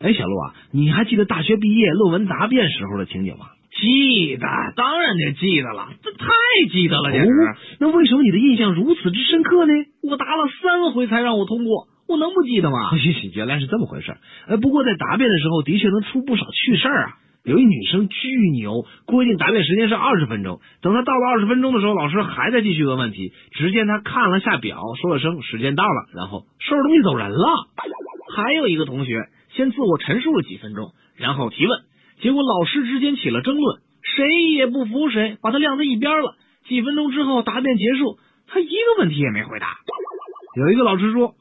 哎，小陆啊，你还记得大学毕业论文答辩时候的情景吗？记得，当然得记得了，这太记得了，简直、哦，那为什么你的印象如此之深刻呢？我答了三回才让我通过，我能不 记得吗？原来是这么回事儿。哎，不过在答辩的时候，的确能出不少趣事儿啊。有一女生巨牛，规定答辩时间是二十分钟。等她到了二十分钟的时候，老师还在继续问问题。只见她看了下表，说了声“时间到了”，然后收拾东西走人了。还有一个同学先自我陈述了几分钟，然后提问，结果老师之间起了争论，谁也不服谁，把他晾在一边了。几分钟之后，答辩结束，他一个问题也没回答。有一个老师说：“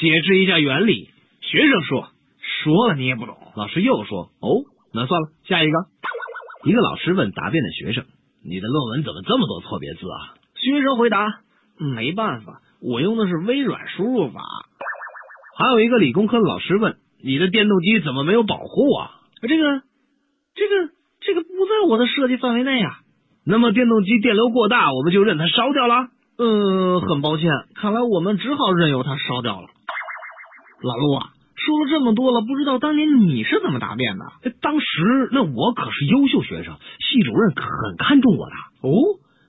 解释一下原理。”学生说：“说了你也不懂。”老师又说：“哦。”那算了，下一个。一个老师问答辩的学生：“你的论文怎么这么多错别字啊？”嗯学生回答：“没办法，我用的是微软输入法。”还有一个理工科的老师问：“你的电动机怎么没有保护啊？”这个、这个、这个不在我的设计范围内啊。那么电动机电流过大，我们就任它烧掉了？嗯，很抱歉，看来我们只好任由它烧掉了。老陆啊。说了这么多了，不知道当年你是怎么答辩的？哎当时那我可是优秀学生，系主任很看重我的。哦，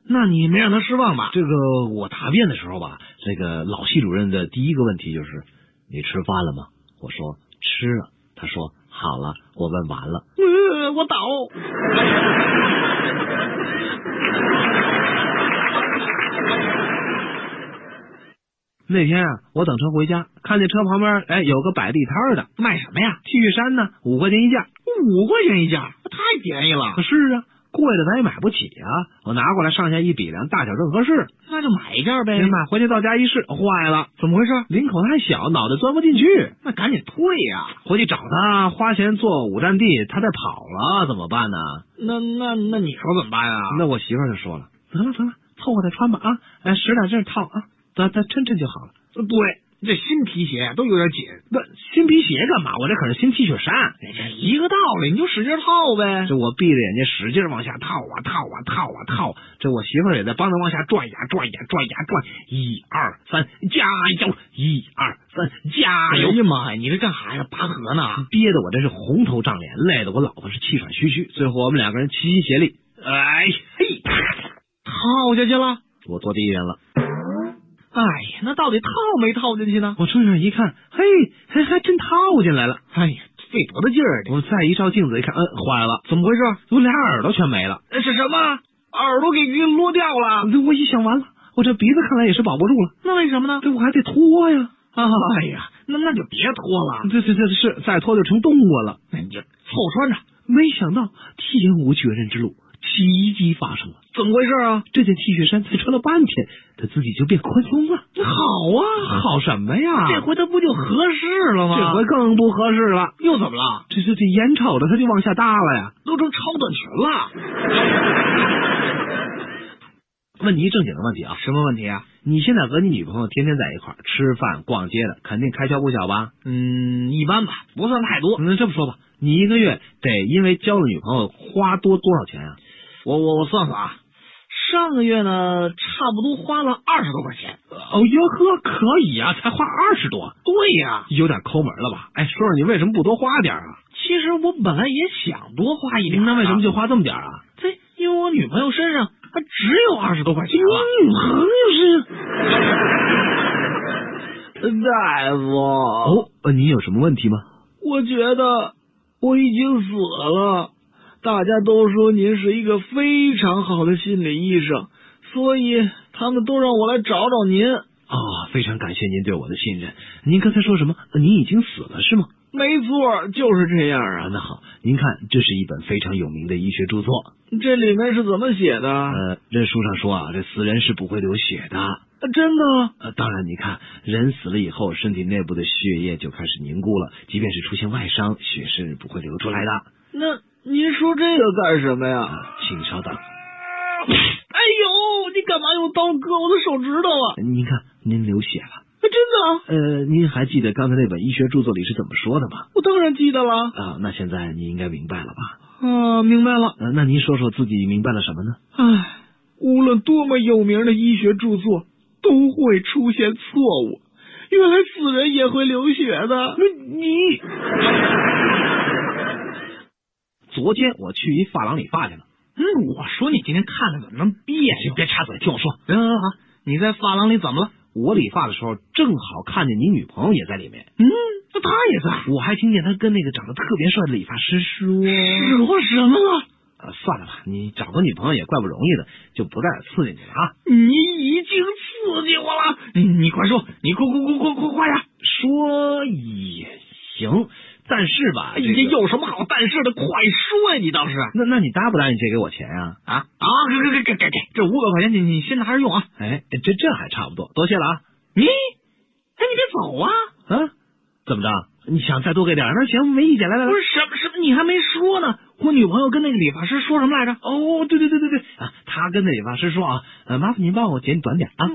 那你没让他失望吧？这个我答辩的时候吧，这个老系主任的第一个问题就是你吃饭了吗？我说吃了。他说好了，我问完了。呃、我倒。那天啊，我等车回家，看见车旁边哎有个摆地摊的，卖什么呀？T 恤衫呢，五块钱一件，五块钱一件，太便宜了。可是啊，贵的咱也买不起啊。我拿过来上下一比量，大小正合适，那就买一件呗。买回去到家一试，坏了，怎么回事？领口太小，脑袋钻不进去。那赶紧退呀、啊！回去找他，花钱坐五站地，他再跑了，怎么办呢？那那那你说怎么办啊？那我媳妇就说了，得了得了，凑合着穿吧啊，哎，使点劲套啊。咱咱抻抻就好了。对，这新皮鞋都有点紧。那新皮鞋干嘛？我这可是新 T 恤衫。这一个道理，你就使劲套呗。哎这我闭着眼睛使劲往下套啊套啊套啊套。这我媳妇也在帮着往下拽呀拽呀拽呀拽。一二三，加油！一二三，加油！哎呀妈呀，你这干啥呀？拔河呢？憋得我这是红头胀脸，累得我老婆是气喘吁吁。最后我们两个人齐心协力，哎嘿，套下去了。我坐地上了。哎呀，那到底套没套进去呢？我正眼一看，嘿，还还真套进来了。哎呀，费多大劲儿！啊我再一照镜子一看，嗯，坏了，怎么回事？我俩耳朵全没了。呃是什么？耳朵给晕落掉了？我一想，完了，我这鼻子看来也是保不住了。那为什么呢？这我还得脱呀！哎呀，那那就别脱了。这这这是再脱就成动物了。那你就凑穿着。没想到天无绝人之路。奇迹发生了，怎么回事啊？这件 T 恤衫才穿了半天，它自己就变宽松了。好啊， 好什么呀？这回它不就合适了吗？这回更不合适了，又怎么了？啊这这这眼瞅着它就往下耷了呀，都成超短裙了。问你一正经的问题啊，什么问题啊？你现在和你女朋友天天在一块儿吃饭、逛街的，肯定开销不小吧？嗯，一般吧，不算太多。那、嗯、这么说吧，你一个月得因为交了女朋友花多多少钱啊？我我我算算啊，上个月呢，差不多花了二十多块钱。哦哟呵，可以啊，才花二十多。对呀、啊，有点抠门了吧？哎，说说你为什么不多花点啊？其实我本来也想多花一点、啊，那为什么就花这么点啊？这因为我女朋友身上她只有二十多块钱了。女朋友是大夫哦，你有什么问题吗？我觉得我已经死了。大家都说您是一个非常好的心理医生，所以他们都让我来找找您。啊、哦，非常感谢您对我的信任。您刚才说什么？呃您已经死了是吗？没错，就是这样啊。那好，您看，这是一本非常有名的医学著作。这里面是怎么写的？呃，这书上说啊，这死人是不会流血的。啊、真的？呃，当然，你看，人死了以后，身体内部的血液就开始凝固了，即便是出现外伤，血是不会流出来的。那。您说这个干什么呀？啊、请稍等。哎呦，你干嘛用刀割我的手指头啊？您看，您流血了。真啊的？呃，您还记得刚才那本医学著作里是怎么说的吗？我当然记得了。啊，那现在你应该明白了吧？啊，明白了。呃、那您说说自己明白了什么呢？唉，无论多么有名的医学著作，都会出现错误。原来死人也会流血的。你。昨天我去一发廊理发去了。嗯，我说你今天看的怎么能别扭？别插嘴，听我说。行行行，好你在发廊里怎么了？我理发的时候，正好看见你女朋友也在里面，嗯，那他也在。我还听见她跟那个长得特别帅的理发师说：“嗯说什么了？啊，算了吧，你找个女朋友也怪不容易的，就不再刺激你了啊。你已经刺激我了，你你快说，你快快快快快快呀！”说也行，但是吧，哎，这个这有什么好但是的？快说呀！你倒是那那你答不答应借给我钱啊？啊啊！给给给给给，这五百块钱你你先拿着用啊！哎，这这还差不多，多谢了啊。你，哎，你别走啊！啊，怎么着？你想再多给点儿？那行，没意见。来来来不，是什么什么，你还没说呢。我女朋友跟那个理发师说什么来着？哦，对对对对对啊，他跟那理发师说啊，呃，麻烦您帮我剪短点啊，啊！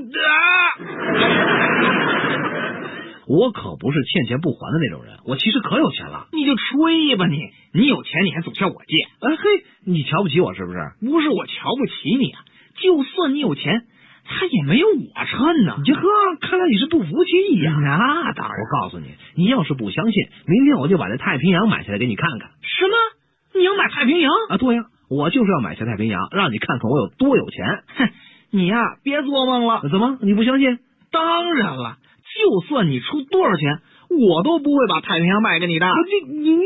我可不是欠钱不还的那种人，我其实可有钱了。你就吹吧你！你有钱你还总向我借，哎嘿，你瞧不起我是不是？不是我瞧不起你啊！就算你有钱，他也没有我趁呢你。这呵，看来你是不服气呀、那当然，我告诉你，你要是不相信，明天我就把这太平洋买下来给你看看什么？你要买太平洋？啊！对呀、我就是要买下太平洋，让你看看我有多有钱。哼，你呀、别做梦了。怎么？你不相信？当然了，就啊算你出多少钱，我都不会把太平洋卖给你的。这你。